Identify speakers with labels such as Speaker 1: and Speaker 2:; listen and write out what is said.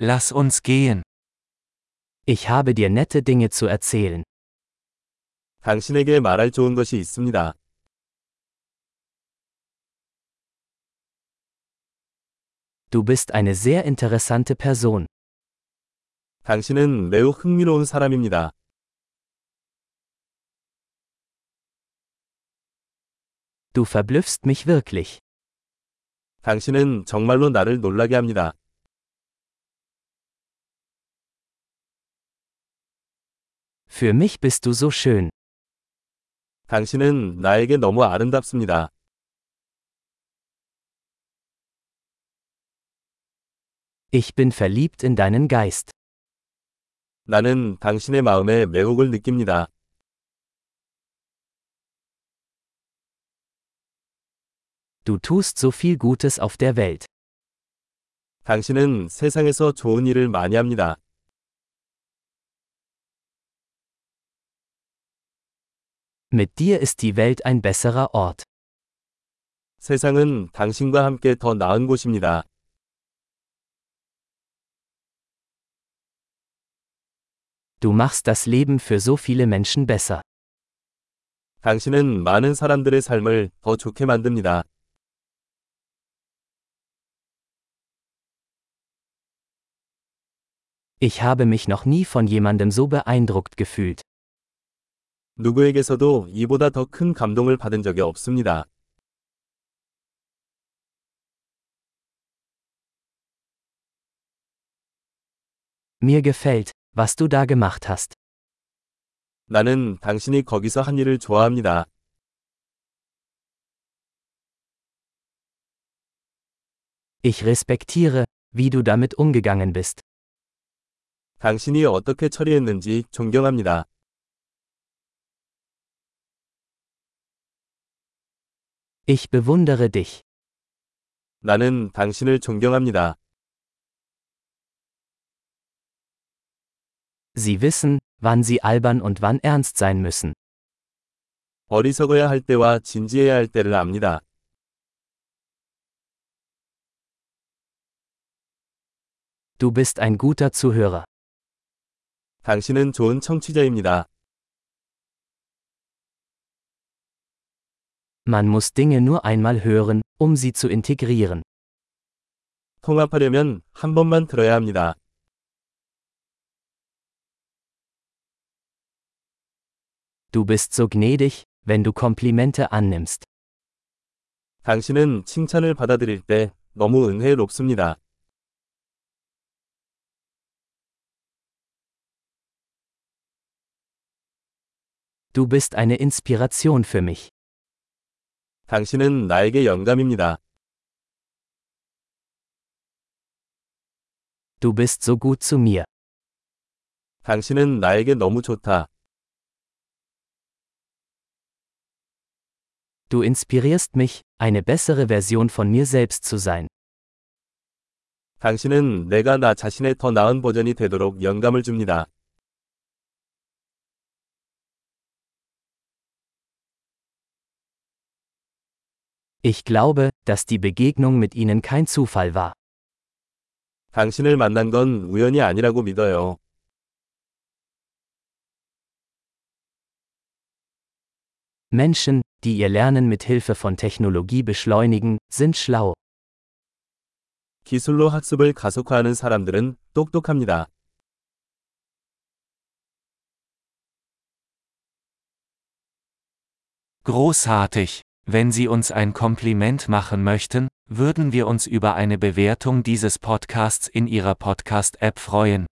Speaker 1: Lass uns gehen.
Speaker 2: Ich habe dir nette Dinge zu erzählen.
Speaker 3: 당신에게 말할 좋은 것이 있습니다.
Speaker 2: Du bist eine sehr interessante Person.
Speaker 3: 당신은 매우 흥미로운 사람입니다.
Speaker 2: Du verblüffst mich wirklich.
Speaker 3: 당신은 정말로 나를 놀라게 합니다.
Speaker 2: Für mich bist du so schön.
Speaker 3: 당신은 나에게 너무 아름답습니다.
Speaker 2: Ich bin verliebt in deinen Geist.
Speaker 3: 나는 당신의 마음에 매혹을 느낍니다.
Speaker 2: Du tust so viel Gutes auf der Welt.
Speaker 3: 당신은 세상에서 좋은 일을 많이 합니다.
Speaker 2: Mit dir ist die Welt ein besserer Ort.
Speaker 3: 세상은 당신과 함께 더 나은 곳입니다.
Speaker 2: Du machst das Leben für so viele Menschen besser.
Speaker 3: 당신은 많은 사람들의 삶을 더 좋게 만듭니다.
Speaker 2: Ich habe mich noch nie von jemandem so beeindruckt gefühlt.
Speaker 3: 누구에게서도 이보다 더 큰 감동을 받은 적이 없습니다.
Speaker 2: Mir gefällt, was du da gemacht hast.
Speaker 3: 나는 당신이 거기서 한 일을 좋아합니다.
Speaker 2: Ich respektiere, wie du damit umgegangen bist.
Speaker 3: 당신이 어떻게 처리했는지 존경합니다.
Speaker 2: Ich bewundere dich.
Speaker 3: 나는 당신을 존경합니다.
Speaker 2: Sie wissen, wann sie albern und wann ernst sein müssen.
Speaker 3: 어리석어야 할 때와 진지해야 할 때를 압니다.
Speaker 2: Du bist ein guter Zuhörer.
Speaker 3: 당신은 좋은 청취자입니다.
Speaker 2: Man muss Dinge nur einmal hören, um sie zu integrieren.
Speaker 3: 통합하려면 한 번만 들어야 합니다.
Speaker 2: Du bist so gnädig, wenn du Komplimente annimmst.
Speaker 3: 당신은 칭찬을 받아들일 때 너무 은혜롭습니다.
Speaker 2: Du bist eine Inspiration für mich.
Speaker 3: 당신은 나에게 영감입니다.
Speaker 2: Du bist so gut zu mir.
Speaker 3: 당신은 나에게 너무 좋다.
Speaker 2: Du inspirierst mich, eine bessere Version von mir selbst zu sein.
Speaker 3: 당신은 내가 나 자신의 더 나은 버전이 되도록 영감을 줍니다.
Speaker 2: Ich glaube, dass die Begegnung mit ihnen kein Zufall war.
Speaker 3: 당신을 만난 건 우연이 아니라고 믿어요.
Speaker 2: Menschen, die ihr Lernen mit Hilfe von Technologie beschleunigen, sind schlau.
Speaker 3: 기술로 학습을 가속화하는 사람들은 똑똑합니다.
Speaker 1: Großartig. Wenn Sie uns ein Kompliment machen möchten, würden wir uns über eine Bewertung dieses Podcasts in Ihrer Podcast-App freuen.